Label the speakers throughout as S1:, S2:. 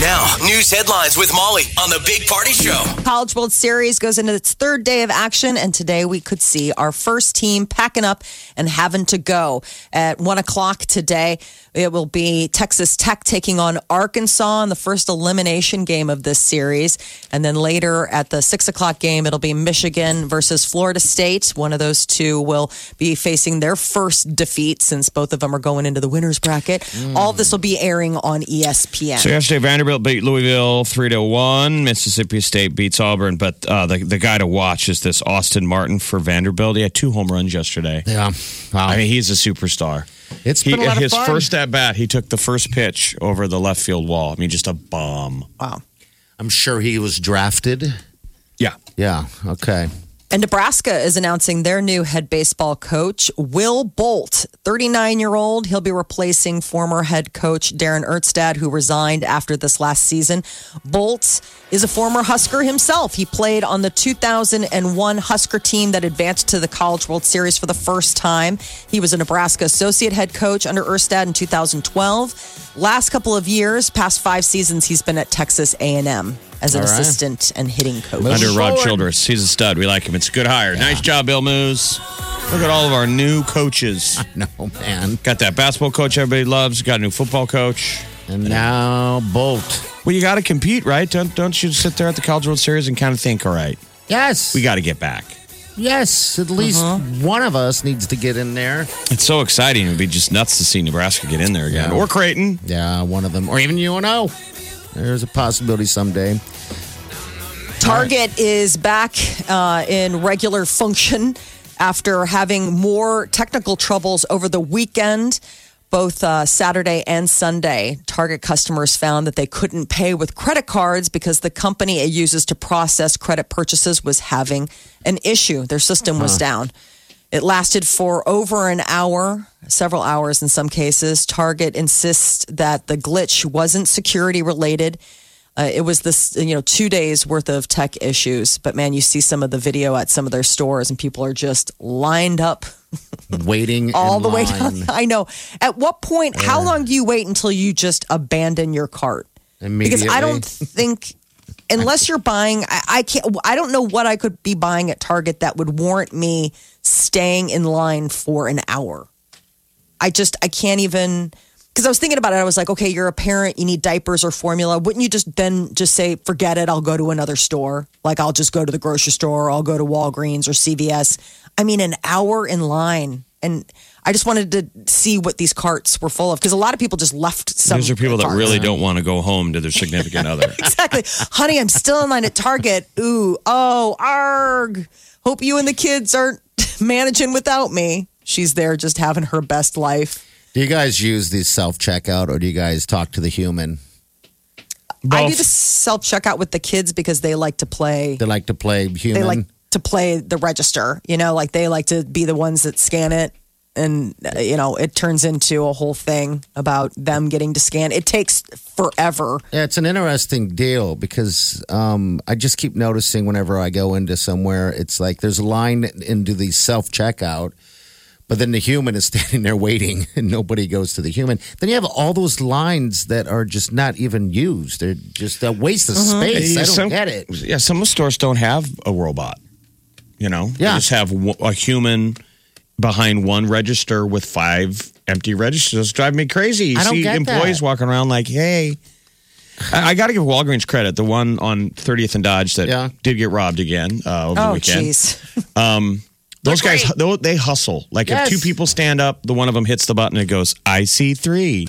S1: Now, news headlines with Molly on the Big Party Show.
S2: College World Series goes into its third day of action, and today we could see our first team packing up and having to go. At one o'clock today, it will be Texas Tech taking on Arkansas in the first elimination game of this series. And then later at the six o'clock game, it'll be Michigan versus Florida State. One of those two will be facing their first defeat since both of them are going into the winner's bracket. All this will be airing on E ESPN.
S3: So yesterday, Vanderbilt beat Louisville three to one. Mississippi State beats Auburn, but uh, the the guy to watch is this Austin Martin for Vanderbilt. He had two home runs yesterday.
S4: Yeah. Wow.
S3: I mean, he's a superstar.
S4: It's
S3: He,
S4: been a lot of
S3: his
S4: fun.
S3: first at bat, he took the first pitch over the left field wall. I mean, just a bomb.
S2: Wow.
S4: I'm sure he was drafted.
S3: Yeah,
S4: Yeah. Okay.
S2: And Nebraska is announcing their new head baseball coach, Will Bolt, 39 year old. He'll be replacing former head coach Darren Ertstad, who resigned after this last season. Bolt is a former Husker himself. He played on the 2001 Husker team that advanced to the College World Series for the first time. He was a Nebraska associate head coach under Erstad in 2012. Last couple of years, past five seasons, he's been at Texas A&M as an
S4: All right.
S2: assistant and hitting coach.
S4: Moves
S3: under Rod
S4: forward.
S3: Childress, he's a stud. We like him. It's a good hire. Nice job, Bill Moose. Look at all of our new coaches.
S4: No man.
S3: Got that basketball coach everybody loves. Got a new football coach.
S4: And now Bolt.
S3: Well, you got to compete, right? Don't don't you sit there at the College World Series and kind of think, all right,
S4: Yes.
S3: we got to get back.
S4: Yes. At least one of us needs to get in there.
S3: It's so exciting. It'd be just nuts to see Nebraska get in there again,
S4: Yeah.
S3: or Creighton.
S4: Yeah, one of them, or even UNO. There's a possibility someday.
S2: Target is back uh, in regular function after having more technical troubles over the weekend. Both uh, Saturday and Sunday, Target customers found that they couldn't pay with credit cards because the company it uses to process credit purchases was having an issue. Their system was down. It lasted for over an hour, several hours in some cases. Target insists that the glitch wasn't security related. Uh, it was this, you know, two days worth of tech issues. But man, you see some of the video at some of their stores, and people are just lined up
S4: Waiting
S2: all
S4: in
S2: the way
S4: line.
S2: down. I know. At what point? How long do you wait until you just abandon your cart? Because I don't think, unless you're buying, I, I can't. I don't know what I could be buying at Target that would warrant me staying in line for an hour. I just I can't even. Because I was thinking about it, I was like, okay, you're a parent, you need diapers or formula. Wouldn't you just then just say, forget it, I'll go to another store? Like, I'll just go to the grocery store, or I'll go to Walgreens or CVS. I mean, an hour in line. And I just wanted to see what these carts were full of. Because a lot of people just left some.
S3: These are people that
S2: carts.
S3: really don't want to go home to their significant other.
S2: Exactly. Honey, I'm still in line at Target. Ooh, oh, arg. Hope you and the kids aren't managing without me. She's there just having her best life.
S4: Do you guys use the self checkout, or do you guys talk to the human?
S2: I do the self checkout with the kids because they like to play.
S4: They like to play human.
S2: They like to play the register. You know, like they like to be the ones that scan it, and uh, you know, it turns into a whole thing about them getting to scan. It takes forever.
S4: Yeah, it's an interesting deal because um, I just keep noticing whenever I go into somewhere, it's like there's a line into the self checkout, but then the human is standing there waiting and nobody goes to the human. Then you have all those lines that are just not even used. They're just a waste of space. I don't
S3: some,
S4: get it.
S3: Yeah, some of the stores don't have a robot. You know,
S4: Yeah.
S3: they just have w- a human behind one register with five empty registers. It's driving me crazy. You
S4: I don't
S3: see
S4: get
S3: employees
S4: that.
S3: walking around like, "Hey." I, I got to give Walgreens credit. The one on 30th and Dodge that
S4: Yeah.
S3: did get robbed again uh, over the
S2: Oh,
S3: weekend.
S2: jeez.
S3: Those guys, they, they hustle. Like
S4: Yes.
S3: if two people stand up, the one of them hits the button and it goes, I see three.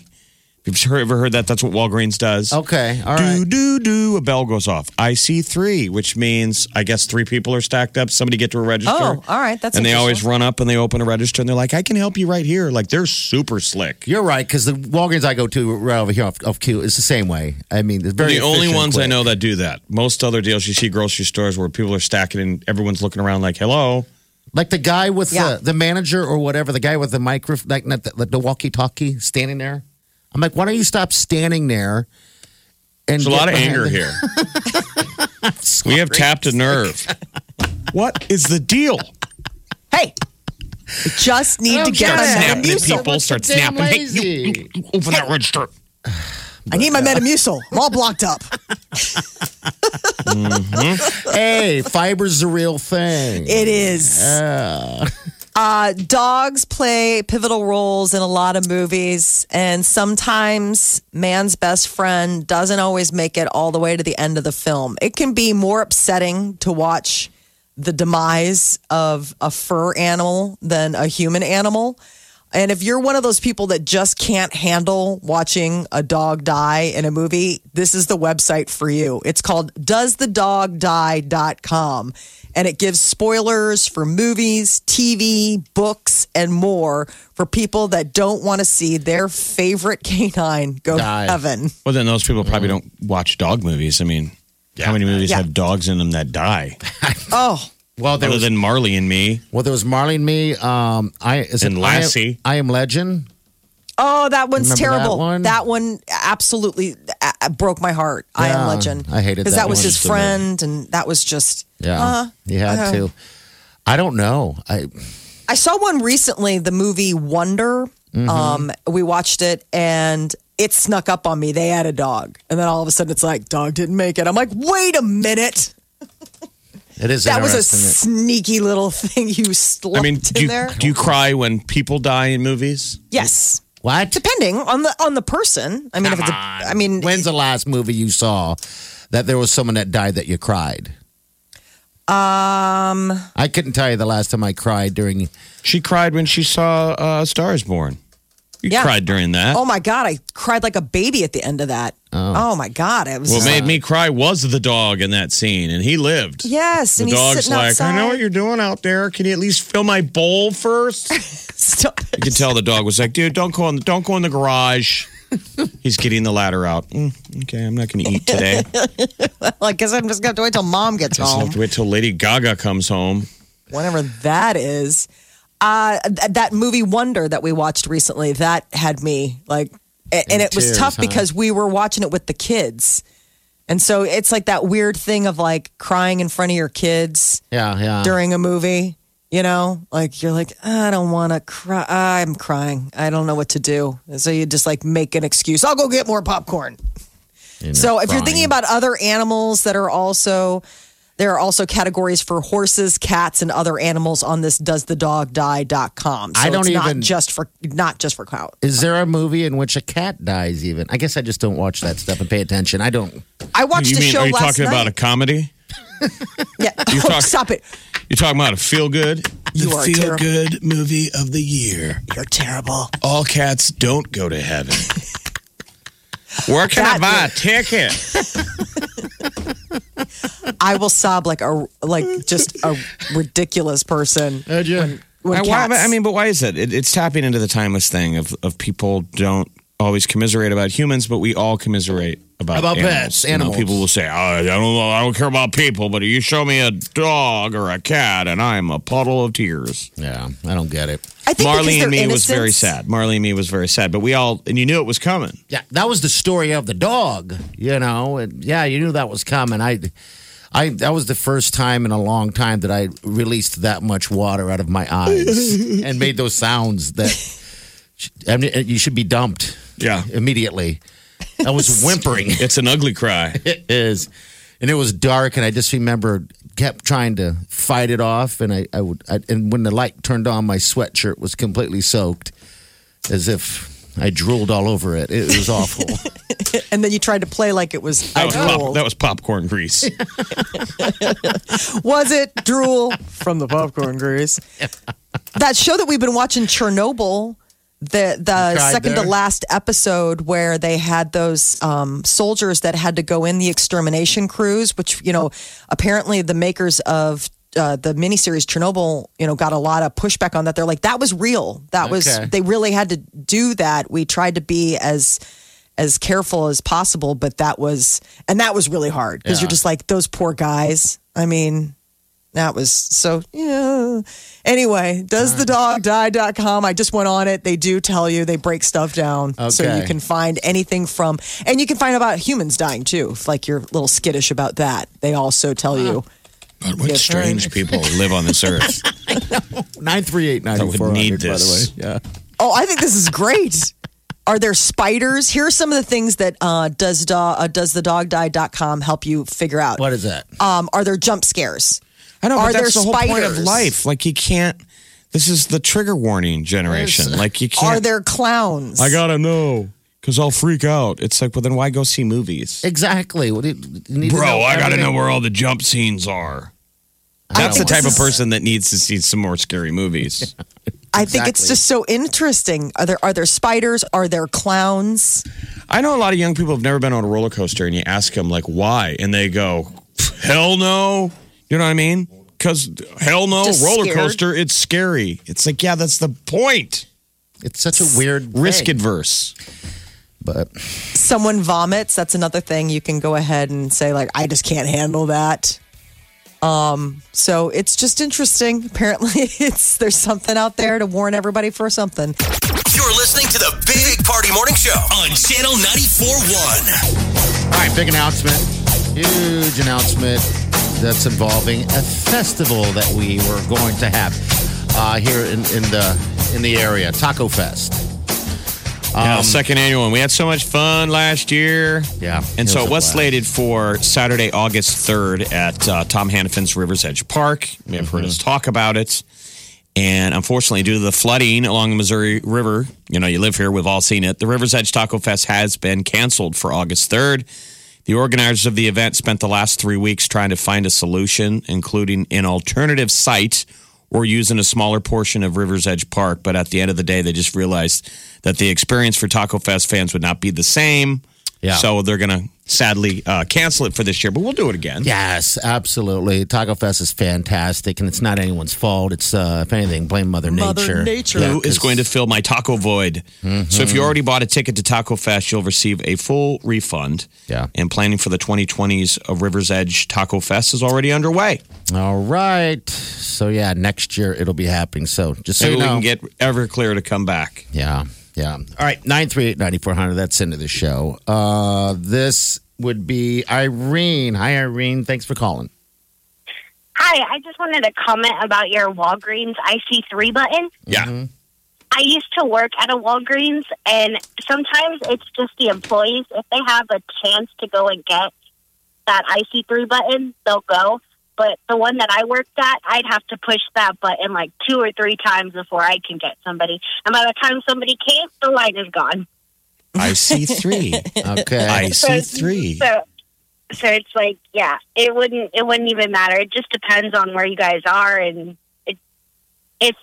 S3: If you've ever heard that, that's what Walgreens does.
S4: Okay, all
S3: do,
S4: right.
S3: do, do. A bell goes off. I see three, which means I guess three people are stacked up. Somebody get to a register.
S2: Oh, all right. That's
S3: and they always
S2: interesting.
S3: run up and they open a register and they're like, I can help you right here. Like they're super slick.
S4: You're right because the Walgreens I go to right over here off, off queue is the same way. I mean, it's very
S3: the only
S4: efficient,
S3: ones I
S4: quick.
S3: know that do that. Most other deals you see grocery stores where people are stacking and everyone's looking around like, hello.
S4: Like the guy with
S2: Yeah.
S4: the, the manager or whatever, the guy with the micro, like not the, like the walkie-talkie standing there. I'm like, why don't you stop standing there? And
S3: There's a lot of
S4: get behind
S3: anger
S4: the-
S3: here. we have tapped a nerve. what is the deal?
S2: Hey, I just need to
S4: don't
S2: get
S4: care.
S2: my
S4: Snap
S3: Snapping at
S2: Metamucil.
S3: people, start
S4: Damn
S3: snapping. Hey, you,
S4: lazy.
S3: you open that register.
S2: I need my Metamucil. I'm all blocked up.
S4: Hey, fiber's the real thing.
S2: It is. Uh, dogs play pivotal roles in a lot of movies, and sometimes man's best friend doesn't always make it all the way to the end of the film. It can be more upsetting to watch the demise of a fur animal than a human animal. And if you're one of those people that just can't handle watching a dog die in a movie, this is the website for you. It's called doesthedogdie.com and it gives spoilers for movies, TV, books, and more for people that don't want to see their favorite canine go
S4: Die.
S2: to heaven.
S3: Well, then those people probably don't watch dog movies. I mean, how many movies
S2: Mm. Yeah.
S3: have dogs in them that die?
S2: Oh,
S4: well, there
S3: Other
S4: was
S3: than Marley and me.
S4: well, there was Marlene, me, um, I is
S3: And
S4: it
S3: Lassie.
S4: I, I am Legend.
S2: oh, that one's
S4: Remember that
S2: terrible. That
S4: one?
S2: one, absolutely uh, uh, broke my heart. I
S4: Yeah,
S2: am legend.
S4: I hated
S2: because
S4: that
S2: that, was
S4: one.
S2: his friend, and that was just
S4: Yeah,
S2: uh,
S4: you had
S2: uh,
S4: to. I don't know. I
S2: I saw one recently, the movie Wonder.
S3: Mm-hmm.
S2: Um, we watched it and it snuck up on me. They had a dog. And then all of a sudden it's like, dog didn't make it. I'm like, wait a minute.
S4: it is
S2: That was a
S4: interesting.
S2: sneaky little thing you slumped
S3: I mean,
S2: in
S3: do you,
S2: there.
S3: do you cry when people die in movies?
S2: yes.
S4: what?
S2: Depending on the on the person. I mean, if it's a, I mean,
S4: When's the last movie you saw that there was someone that died that you cried?
S2: um,
S4: I couldn't tell you the last time I cried during.
S3: She cried when she saw uh, Stars Born. You
S2: Yeah.
S3: cried during that.
S2: oh my god, I cried like a baby at the end of that. Oh, my god, it was
S3: what made me cry was the dog in that scene, and he lived.
S2: yes.
S3: The
S2: and he's
S3: dog's
S2: sitting
S3: like,
S2: outside.
S3: I know what you're doing out there. Can you at least fill my bowl first? you
S2: Stop it.
S3: could tell the dog was like, dude, don't go in, don't go in the garage. He's getting the ladder out. "Mm, okay, I'm not going to eat today. Guess
S2: I guess I'm just gonna have to wait till mom gets
S3: I'll
S2: home.
S3: have to wait till Lady Gaga comes home.
S2: whenever that is. Uh, th- that movie Wonder that we watched recently that had me like, a- and, it was
S4: tears,
S2: tough
S4: huh?
S2: because we were watching it with the kids, and so it's like that weird thing of like crying in front of your kids
S4: Yeah, yeah.
S2: during a movie. You know, like you're like, I don't want to cry. I'm crying. I don't know what to do. And so you just like make an excuse. I'll go get more popcorn. So if you're thinking about other animals that are also there are also categories for horses, cats, and other animals on this does the dog die.com. So
S4: I don't
S2: it's not
S4: even-
S2: just for not just for clout.
S4: Is there a movie in which a cat dies? Even I guess I just don't watch that stuff and pay attention. I don't.
S2: I watched
S3: you
S2: the
S3: mean,
S2: show
S3: are you
S2: last
S3: talking about a
S2: night.
S3: comedy?
S2: yeah.
S3: you're
S2: Oh,
S3: talking-
S2: stop it.
S3: You're talking about a feel good?
S2: You are terrible.
S3: good movie of the year.
S2: You're terrible.
S3: All cats don't go to heaven. Where can I
S2: That
S3: buy a ticket?
S2: I will sob like a like just a ridiculous person. when
S3: I, why,
S2: cats-
S3: I mean, but why is that? It, it's tapping into the timeless thing of, of people don't always commiserate about humans, but we all commiserate about
S4: About
S3: animals.
S4: pets,
S3: You know,
S4: animals.
S3: people will say, oh, I don't, know, I don't care about people, but you show me a dog or a cat, and I'm a puddle of tears.
S4: Yeah, I don't get it.
S2: I think because
S3: Marley
S2: they're
S3: and me was very
S2: innocents-
S3: sad. Marley and me was very sad, but we all and you knew it was coming.
S4: Yeah, that was the story of the dog. You know, and yeah, you knew that was coming. I, I that was the first time in a long time that I released that much water out of my eyes and made those sounds that. I mean, you should be dumped.
S3: Yeah.
S4: immediately. I was whimpering.
S3: It's an ugly cry.
S4: It is. And it was dark, and I just remember kept trying to fight it off. And I, I would, I, and when the light turned on, my sweatshirt was completely soaked, as if I drooled all over it. It was awful.
S2: And then you tried to play like it was
S3: That was,
S2: I
S3: pop,
S2: drooled.
S3: that was popcorn grease.
S2: Was it drool from the popcorn grease? that show that we've been watching, Chernobyl, the the
S4: tried
S2: second
S4: there?
S2: to last episode where they had those um, soldiers that had to go in the extermination crews, which you know apparently the makers of uh, the miniseries Chernobyl, you know, got a lot of pushback on that. They're like, that was real. That was
S4: Okay.
S2: they really had to do that. We tried to be as as careful as possible, but that was and that was really hard because you're
S4: Yeah.
S2: just like those poor guys. I mean, that was so yeah. Anyway, does the dog die.com. I just went on it. They do tell you they break stuff down. So
S4: Okay.
S2: you can find anything from and you can find about humans dying too, if like you're a little skittish about that. They also tell you.
S3: God, what
S2: Yes,
S3: strange people live on this earth.
S4: Nine three eight ninety
S3: I
S4: four
S3: would need
S4: hundred. By the
S3: this.
S4: way, yeah.
S2: Oh, I think this is great. Are there spiders? Here are some of the things that uh, does do, uh, does the dog die.com help you figure out.
S4: What is that?
S2: Um, are there jump scares?
S3: I know,
S2: Are
S3: but that's
S2: there
S3: the whole point of
S2: spiders?
S3: life. Like you can't. This is the trigger warning generation. Like you can't.
S2: Are there clowns?
S3: I gotta know because I'll freak out. It's like, well, then why go see movies,
S4: Exactly. What do you, you need to
S3: bro? I gotta
S4: everything.
S3: know where all the jump scenes are.
S4: I
S3: That's the
S4: don't
S3: type of
S4: want-
S3: person that needs to see some more scary movies.
S2: I think it's
S4: Exactly.
S2: just so interesting. Are there are there spiders? Are there clowns?
S3: I know a lot of young people have never been on a roller coaster, and you ask them like, why, and they go, hell no. You know what I mean? Because hell no,
S2: Just
S3: roller
S2: scared.
S3: coaster, it's scary. It's like, yeah, that's the point.
S4: It's such a weird
S3: Risk
S4: thing,
S3: adverse.
S4: but
S2: Someone vomits. That's another thing you can go ahead and say like I just can't handle that. Um, so it's just interesting. Apparently, it's there's something out there to warn everybody for something.
S1: You're listening to the Big Party Morning Show on Channel 94.1.
S4: All right, big announcement. Huge announcement that's involving a festival that we were going to have uh, here in, in the in the area, Taco Fest.
S3: yeah, second annual one. We had so much fun last year.
S4: Um, Yeah,
S3: And
S4: it
S3: so
S4: was
S3: it was
S4: a blast.
S3: slated for Saturday, August 3rd at uh, Tom Hannafin's Rivers Edge Park. You may have heard us
S4: Mm-hmm.
S3: talk about it. And unfortunately, due to the flooding along the Missouri River, you know, you live here, we've all seen it. The Rivers Edge Taco Fest has been canceled for August 3rd. The organizers of the event spent the last three weeks trying to find a solution, including an alternative site or using a smaller portion of Rivers Edge Park. But at the end of the day, they just realized that the experience for Taco Fest fans would not be the same.
S4: Yeah.
S3: So they're going to sadly uh, cancel it for this year, but we'll do it again.
S4: Yes, absolutely. Taco Fest is fantastic, and it's not anyone's fault. It's uh, if anything, blame Mother,
S2: Mother Nature.
S4: Yeah,
S3: Who is
S4: 'cause- Mm-hmm.
S3: going to fill my taco void? So if you already bought a ticket to Taco Fest, you'll receive a full refund.
S4: Yeah.
S3: And planning for the 2020s of Rivers Edge Taco Fest is already underway.
S4: All right. So yeah, next year it'll be happening. So just so
S3: Maybe
S4: you
S3: we
S4: know.
S3: can get Everclear to come back.
S4: Yeah, yeah. All right, 938 9400. That's into the show. Uh, this would be Irene. Hi, Irene. Thanks for calling.
S5: Hi, I just wanted to comment about your Walgreens IC3 button.
S3: Yeah.
S5: I used to work at a Walgreens, and sometimes it's just the employees. If they have a chance to go and get that IC3 button, they'll go. But the one that I worked at, I'd have to push that button like two or three times before I can get somebody. And by the time somebody came, the line is gone.
S3: I see three.
S4: Okay.
S3: I see three.
S5: So, so it's like, yeah, it wouldn't, it wouldn't even matter. It just depends on where you guys are, and it, if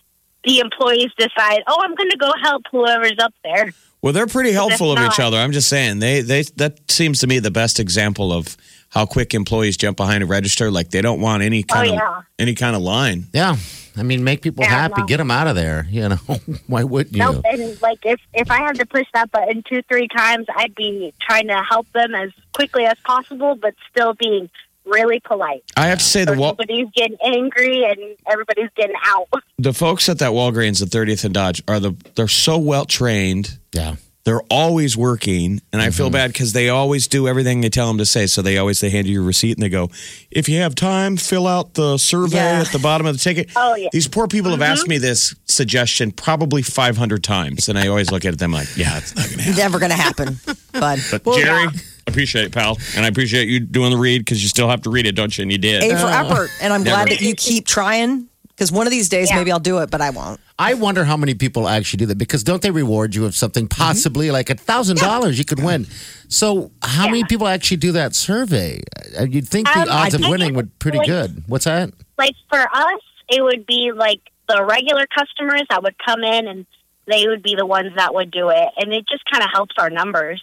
S5: the employees decide, oh, I'm going to go help whoever's up there.
S3: Well, they're pretty helpful of
S5: That's
S3: each
S5: not-
S3: other. I'm just saying they they that seems to me the best example of how quick employees jump behind a register. Like they don't want any kind of
S5: Oh, yeah.
S3: any kind of line.
S4: yeah. I mean, make people
S5: Yeah,
S4: happy.
S5: no.
S4: Get them out of there. You know, why wouldn't you?
S5: Nope. And like, if if I had to push that button two, three times, I'd be trying to help them as quickly as possible, but still being really polite.
S3: I have to say
S5: So
S3: the Wal-
S5: nobody's getting angry and everybody's getting out.
S3: the folks at that Walgreens at 30th and Dodge are the they're so well trained.
S4: Yeah.
S3: They're always working, and I feel bad because they always do everything they tell them to say. So they always they hand you your receipt and they go, "If you have time, fill out the survey
S2: Yeah.
S3: at the bottom of the ticket."
S5: Oh, yeah.
S3: These poor people have asked me this suggestion probably 500 times, and I always look at them like, "Yeah, it's not gonna happen."
S2: Never going to happen, bud.
S3: But Jerry, appreciate it, pal, and I appreciate you doing the read because you still have to read it, don't you? And you did.
S2: A for effort, and I'm glad that
S3: Never.
S2: you keep trying because one of these days
S5: Yeah.
S2: maybe I'll do it, but I won't.
S4: I wonder how many people actually do that because don't they reward you with something
S5: Mm-hmm.
S4: possibly like a thousand dollars you could win? So how many people actually do that survey? Uh, You'd think the
S5: Um,
S4: odds
S5: I
S4: of
S5: think
S4: winning
S5: it
S4: would pretty
S5: was-
S4: good. What's that?
S5: like for us, it would be like the regular customers that would come in and they would be the ones that would do it. And it just kind of helps our numbers.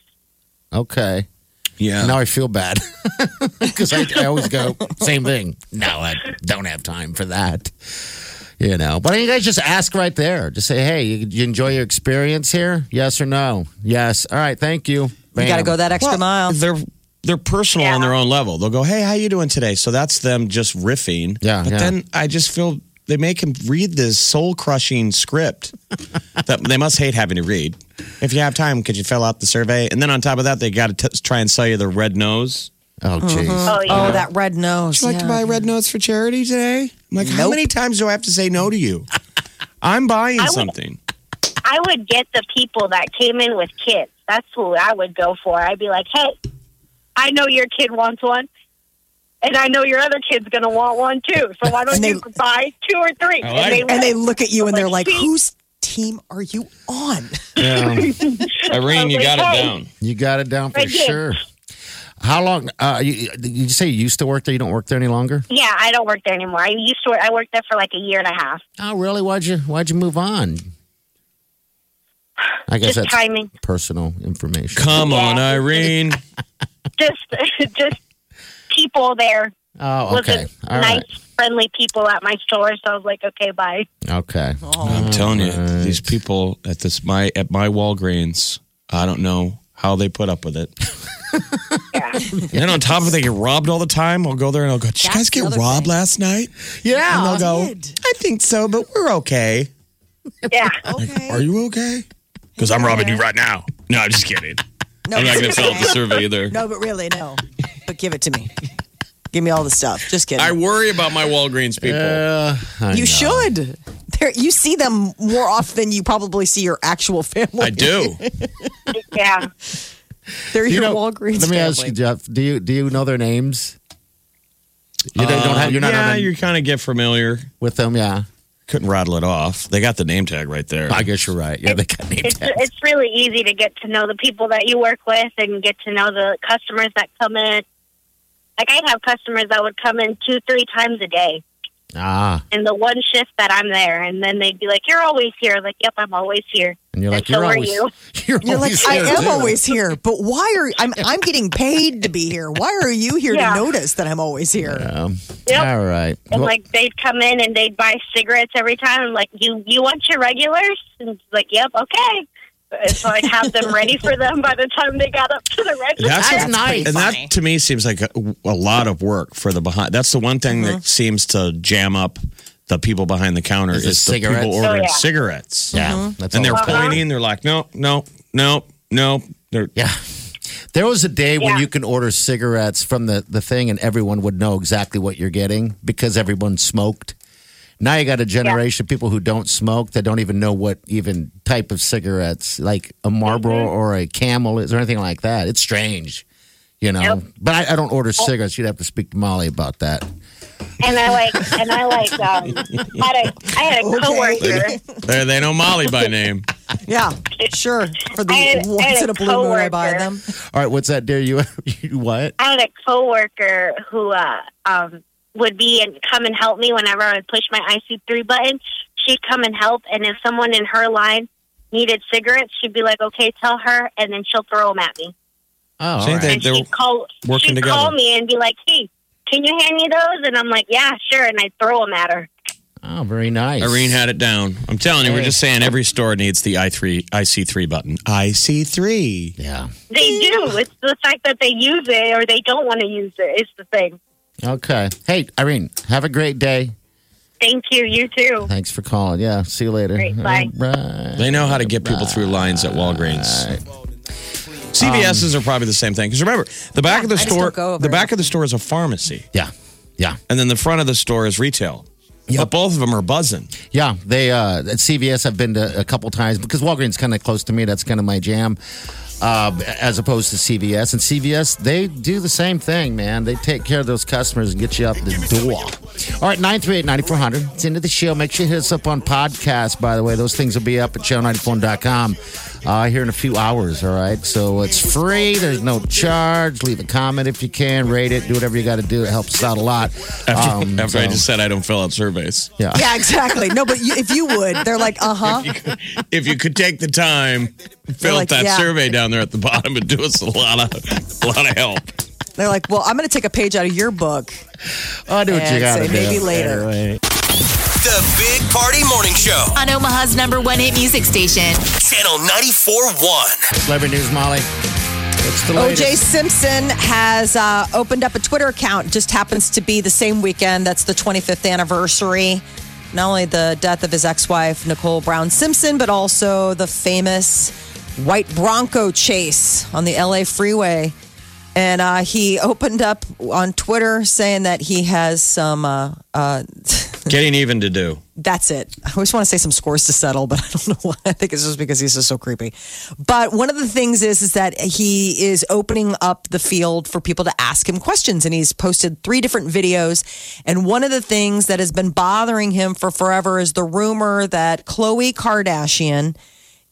S4: Okay.
S3: Yeah.
S4: Now I feel bad because I, I always go same thing. No, I don't have time for that. You know, but you guys just ask right there. Just say, "Hey, you, you enjoy your experience here? Yes or no? Yes. All right. Thank you.
S2: You got to go that extra
S3: Well,
S2: mile.
S3: They're they're personal on
S5: Yeah.
S3: their own level. They'll go, "Hey, how you doing today?" So that's them just riffing.
S4: Yeah,
S3: But
S4: yeah.
S3: then I just feel they make him read this soul crushing script that they must hate having to read. If you have time, could you fill out the survey? And then on top of that, they got to try and sell you the red nose.
S4: Oh, jeez.
S5: Oh, yeah.
S2: Oh, that red nose.
S3: Would you like to
S2: yeah.
S3: buy red nose for charity today? I'm like, how
S2: Nope.
S3: many times do I have to say no to you? I'm buying
S5: would-
S3: something.
S5: I would get the people that came in with kids. That's who I would go for. I'd be like, hey, I know your kid wants one. And I know your other kid's going to want one too. So why don't
S2: And
S5: you buy two or three?
S3: I like
S2: and they
S5: would.
S2: look at you and they're like,
S5: Like, see?
S2: whose team are you on?
S3: Irene, you
S5: Okay,
S3: got
S5: hey.
S3: it down.
S4: You got it down for
S5: Right here.
S4: sure. How long? Uh, you, you say you used to work there. You don't work there any longer.
S5: Yeah, I don't work there anymore. I used to work, I worked there for like a year and a half.
S4: Oh, really? Why'd you Why'd you move on? I guess
S5: Just
S4: that's
S5: timing.
S4: personal information.
S3: Come on, Irene.
S5: Just just people there.
S4: Oh,
S5: Wasn't
S4: okay. All
S5: nice,
S4: right.
S5: friendly people at my store. So I was like, okay, bye.
S4: Okay.
S3: I'm telling you, these people at this my at my Walgreens, I don't know how they put up with it. and then on top of it, they get robbed all the time. I'll go there and I'll go, Did you guys get robbed last night?
S4: Yeah.
S3: And they'll go, I think so, but we're okay.
S5: Yeah.
S3: Are you okay? Because I'm robbing you right now. No, I'm just kidding.
S2: No,
S3: I'm not going to
S2: it's
S3: fill out
S2: okay.
S3: the survey either.
S2: no, but really, no. But give it to me. Give me all the stuff. Just kidding.
S3: I worry about my Walgreens people.
S4: Uh, I
S2: you
S4: know.
S2: should. There, you see them more often than you probably see your actual family.
S3: I do.
S5: Yeah.
S2: They're
S4: You
S2: your
S4: know,
S2: Walgreens.
S4: Let me ask
S2: family.
S4: you, Jeff. Do you do you know their names? You don't don't have. You're not
S3: yeah,
S4: on-
S3: you kind of get familiar.
S4: with them. Yeah.
S3: Couldn't rattle it off. They got the name tag right there.
S4: I guess you're right. Yeah, they got name
S5: It's,
S4: tags.
S5: it's really easy to get to know the people that you work with and get to know the customers that come in. Like I'd have customers that would come in two, three times a day
S4: Ah,
S5: in the one shift that I'm there, and then they'd be like, "You're always here." I'm like, "Yep, I'm always here."
S4: and you're
S5: And
S4: like
S5: so
S4: you're
S5: are
S4: always.
S5: you.
S4: You're,
S2: You're like,
S4: always
S2: I
S4: here,
S2: am
S4: too."
S2: always here, but why are I'm I'm getting paid to be here? Why are you here
S5: Yeah.
S2: to notice that I'm always here?
S4: Um,
S5: Yep.
S4: All right.
S5: And
S4: Well,
S5: like they'd come in and they'd buy cigarettes every time. I'm like, "You you want your regulars?" And it's like, "Yep, okay." And so I'd have them ready for them by the time they got up to the register.
S3: That's,
S4: That's
S3: what-
S4: nice.
S3: And that to me seems like a, a lot of work for the behind. That's the one thing
S2: Mm-hmm.
S3: that seems to jam up the people behind the counter
S4: Is
S3: is,
S4: the
S3: the
S4: cigarettes.
S3: people ordering
S5: Oh, yeah.
S3: cigarettes.
S4: yeah,
S2: Mm-hmm.
S4: that's
S3: And they're
S4: all.
S3: pointing. They're like, no, no, no, no. They're,
S4: Yeah. There was a day when
S5: Yeah.
S4: you can order cigarettes from the, the thing and everyone would know exactly what you're getting because everyone smoked. Now you got a generation of people who don't smoke that don't even know what even type of cigarettes, like a Marlboro
S5: Mm-hmm.
S4: or a Camel is or anything like that. It's strange, you know.
S5: Yep. Oh.
S4: But I, I don't order cigarettes. You'd have to speak to Molly about that.
S5: And I like, and I like, um, had a, I had a coworker.
S3: they're, they know Molly by name.
S2: Yeah, sure. For the
S5: I had- I
S2: once
S5: had
S2: in
S5: a
S2: a blue moon, I buy
S5: coworker.
S2: them.
S4: All right, what's that, dear? You, you what?
S5: I had a coworker who uh, um, would be and come and help me whenever I would push my IC3 button. She'd come and help, and if someone in her line needed cigarettes, she'd be like, "Okay, tell her," and then she'll throw them at me.
S4: Oh, all
S3: Same
S4: right.
S3: thing.
S5: And
S3: They're
S5: she'd call,
S3: working
S5: she'd
S3: together.
S5: call me and be like, "Hey, can you hand me those?" And I'm like, "Yeah, sure," and I throw them at her.
S4: Oh, very nice.
S3: Irene had it down. I'm telling you, we're just saying every store needs the i3, IC3 button. IC3.
S4: Yeah.
S5: They do. It's the fact that they use it or they don't want to use it is the thing.
S4: Okay. Hey, Irene, have a great day.
S5: Thank you. You too.
S4: Thanks for calling. Yeah. See you later.
S5: Great, bye.
S4: All right.
S3: They know how to get people through lines at Walgreens. CVS's
S4: Um,
S3: are probably the same thing. Because remember, the back of the
S2: I just
S3: store,
S2: don't go over
S3: the back
S2: there.
S3: of the store is a pharmacy,
S4: Yeah. Yeah.
S3: and then the front of the store is retail. But both of them are buzzing.
S2: Mm-hmm.
S4: Yeah. They uh at CVS I've been to a couple times because Walgreens kinda close to me. That's kind of my jam. um, as opposed to CVS. And CVS, they do the same thing, man. They take care of those customers and get you out the door. All right, 938-9400. It's into the show. Make sure you hit us up on podcast, by the way. Those things will be up at show94.com uh, here in a few hours, all right? So it's free. There's no charge. Leave a comment if you can. Rate it. Do whatever you got to do. It helps us out a lot.
S3: After,
S4: Um,
S3: after I
S4: so-
S3: just said I don't fill out surveys.
S4: Yeah.
S2: Yeah, exactly. No, but you, if you would, they're like, uh huh.
S3: If you could take the time, fill
S2: like,
S3: out that
S2: yeah.
S3: survey down there at the bottom and do us a lot of a lot of help.
S2: They're like, well, I'm going to take a page out of your book.
S4: I'll do what you
S2: And
S4: got to
S2: say
S4: do.
S2: maybe later.
S4: Anyway.
S1: The Big Party Morning Show.
S6: On Omaha's number one hit music station.
S1: Channel 94.1.
S4: Celebrity news, Molly. What's the latest?
S2: OJ Simpson has uh, opened up a Twitter account. Just happens to be the same weekend. That's the 25th anniversary. Not only the death of his ex wife, Nicole Brown Simpson, but also the famous white Bronco chase on the LA freeway. And uh, he opened up on Twitter saying that he has some. Uh, uh,
S3: Getting even to do.
S2: that's it. I always want to say some scores to settle, but I don't know why. I think it's just because he's just so creepy. But one of the things is is that he is opening up the field for people to ask him questions, and he's posted three different videos. And one of the things that has been bothering him for forever is the rumor that Khloe Kardashian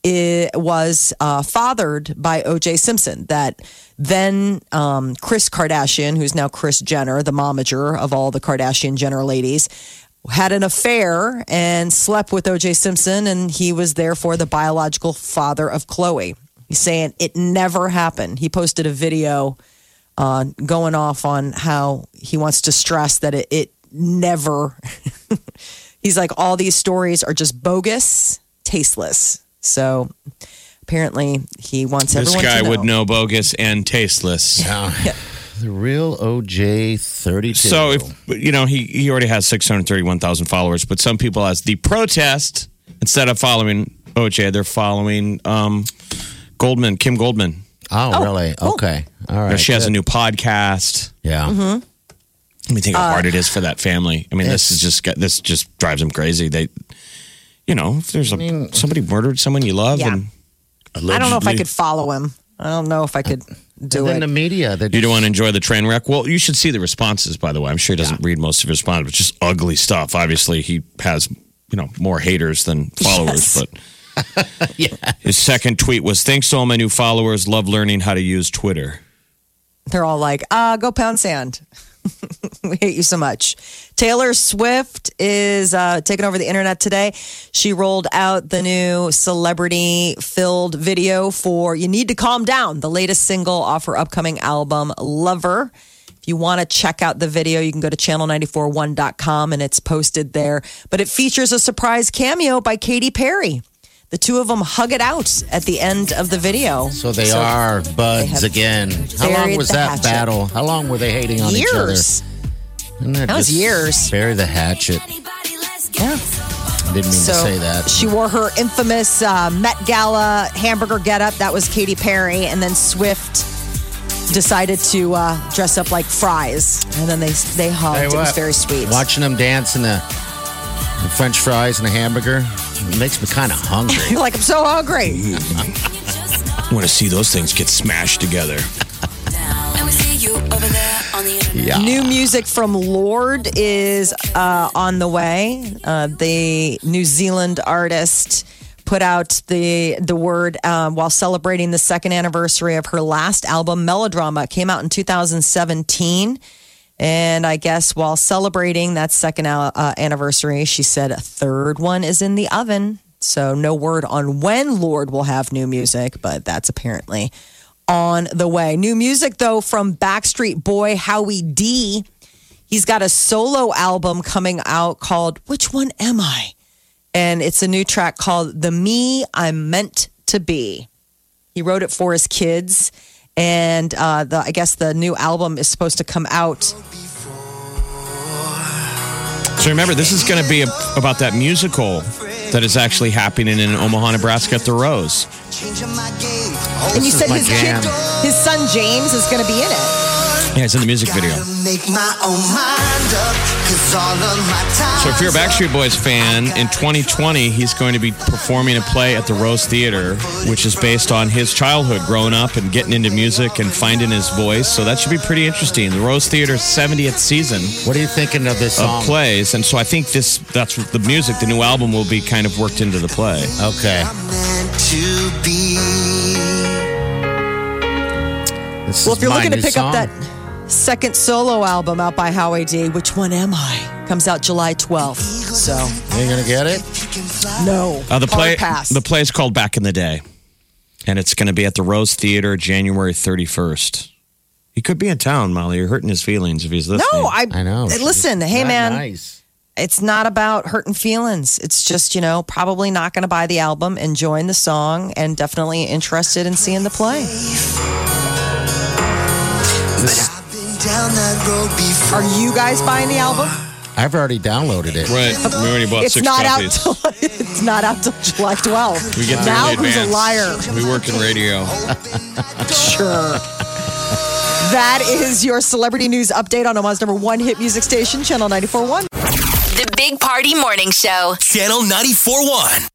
S2: i was uh, fathered by O.J. Simpson. That then um, Chris Kardashian, who's now Chris Jenner, the momager of all the Kardashian Jenner ladies, had an affair and slept with O.J. Simpson, and he was therefore the biological father of Chloe. He's saying it never happened. He posted a video uh, going off on how he wants to stress that it, it never. He's like, all these stories are just bogus, tasteless. So apparently, he wants
S3: This
S2: everyone
S3: guy
S2: to know.
S3: would know bogus and tasteless.
S4: The real OJ 32.
S3: So if you know he he already has six hundred thirty one thousand followers, but some people as the protest instead of following OJ, they're following um, Goldman, Kim Goldman.
S4: oh, really? Okay. All
S3: You know,
S4: right.
S3: she has a new podcast.
S4: yeah.
S2: Mm-hmm.
S3: I mean, think how hard it is for
S2: Uh,
S3: that family. I mean, this is just got- this just drives them crazy. They, you know, if there's a somebody murdered someone you love,
S2: Yeah.
S3: and
S2: I don't know if I
S3: allegedly-
S2: could follow him. I don't know if I could do
S4: And then
S2: it.
S4: the media. That
S3: You don't want to enjoy the train wreck. Well, you should see the responses, by the way. I'm sure he doesn't read most of his responses, which is ugly stuff. Obviously, he has, you know, more haters than followers,
S2: Yes.
S3: but. His second tweet was Thanks to all my new followers. Love learning how to use Twitter.
S2: They're all like, uh, go pound sand. we hate you so much. Taylor Swift is uh, taking over the internet today. She rolled out the new celebrity filled video for You Need to Calm Down, the latest single off her upcoming album, Lover. If you want to check out the video, you can go to channel941.com and it's posted there. But it features a surprise cameo by Katy Perry. The two of them hug it out at the end of the video.
S4: So they are buds
S2: have
S4: again. How long
S2: buried
S4: was
S2: the
S4: that
S2: hatchet.
S4: battle? How long were they hating on each other?
S2: Years.
S4: Isn't
S2: That was
S4: just
S2: years.
S4: Bury the hatchet.
S2: Yeah.
S4: I didn't mean to say that.
S2: She wore her infamous uh, Met Gala hamburger getup. That was Katy Perry, and then Swift decided to uh, dress up like fries, and then they they hugged.
S4: Tell you
S2: it was
S4: what,
S2: very sweet.
S4: Watching them dance in the in French fries and a hamburger it makes me kind of hungry.
S2: You're like I'm so hungry.
S3: I want to see those things get smashed together.
S4: yeah.
S2: New music from Lord is uh, on the way. Uh, the New Zealand artist put out the the word uh, while celebrating the second anniversary of her last album, Melodrama. It came out in 2017. And I guess while celebrating that second al- uh, anniversary, she said a third one is in the oven. So no word on when Lord will have new music, but that's apparently on the way. New music though from Backstreet Boy Howie D. He's got a solo album coming out called Which One Am I? And it's a new track called The Me I'm Meant to Be. He wrote it for his kids. And uh, the, I guess the new album is supposed to come out.
S3: So remember, this is going to be a, about that musical that is actually happening in Omaha, Nebraska at the Rose.
S2: And you
S4: This is
S2: said
S4: my
S2: his
S4: jam.
S2: kid, his son James, is going to be in it.
S3: Yeah, it's in the music video.
S7: Make my own mind up, 'cause all of my
S3: So if you're a
S7: time's
S3: Backstreet Boys fan, in 2020 he's going to be performing a play at the Rose Theater, which is based on his childhood growing up and getting into music and finding his voice. So that should be pretty interesting. The Rose Theater's 70th season
S4: What are you thinking of this
S3: of
S4: song?
S3: plays, and so I think this that's the music, the new album will be kind of worked into the play.
S4: Okay.
S7: meant to be.
S4: This
S2: Well,
S4: is
S2: if you're
S4: my
S2: looking to
S4: new
S2: pick up
S4: song.
S2: that second solo album out by Howie D, which one am I? Comes out July 12th. So,
S4: You're going to get it?
S2: no.
S3: Uh, the play
S2: Hard pass.
S3: the play's called Back in the Day, and it's going to be at the Rose Theater January 31st. He could be in town, Molly. You're hurting his feelings if he's listening.
S2: no, I,
S4: I know.
S2: Listen,
S4: It's
S2: hey,
S4: not
S2: man.
S4: Nice.
S2: it's not about hurting feelings. It's just, you know, probably not going to buy the album, enjoying the song, and definitely interested in seeing the play.
S7: I've been down that road before.
S2: Are you guys buying the album?
S4: I've already downloaded it.
S3: Right. We already bought
S2: it's
S3: six
S2: not
S3: copies.
S2: out till it's not out till July 12th.
S3: We get
S2: now
S3: early
S2: who's a
S3: advance.
S2: liar?
S3: We work in radio.
S2: Sure. That is your celebrity news update on Omaha's number one hit music station, Channel 94.1.
S6: The Big Party Morning Show.
S1: Channel 94.1.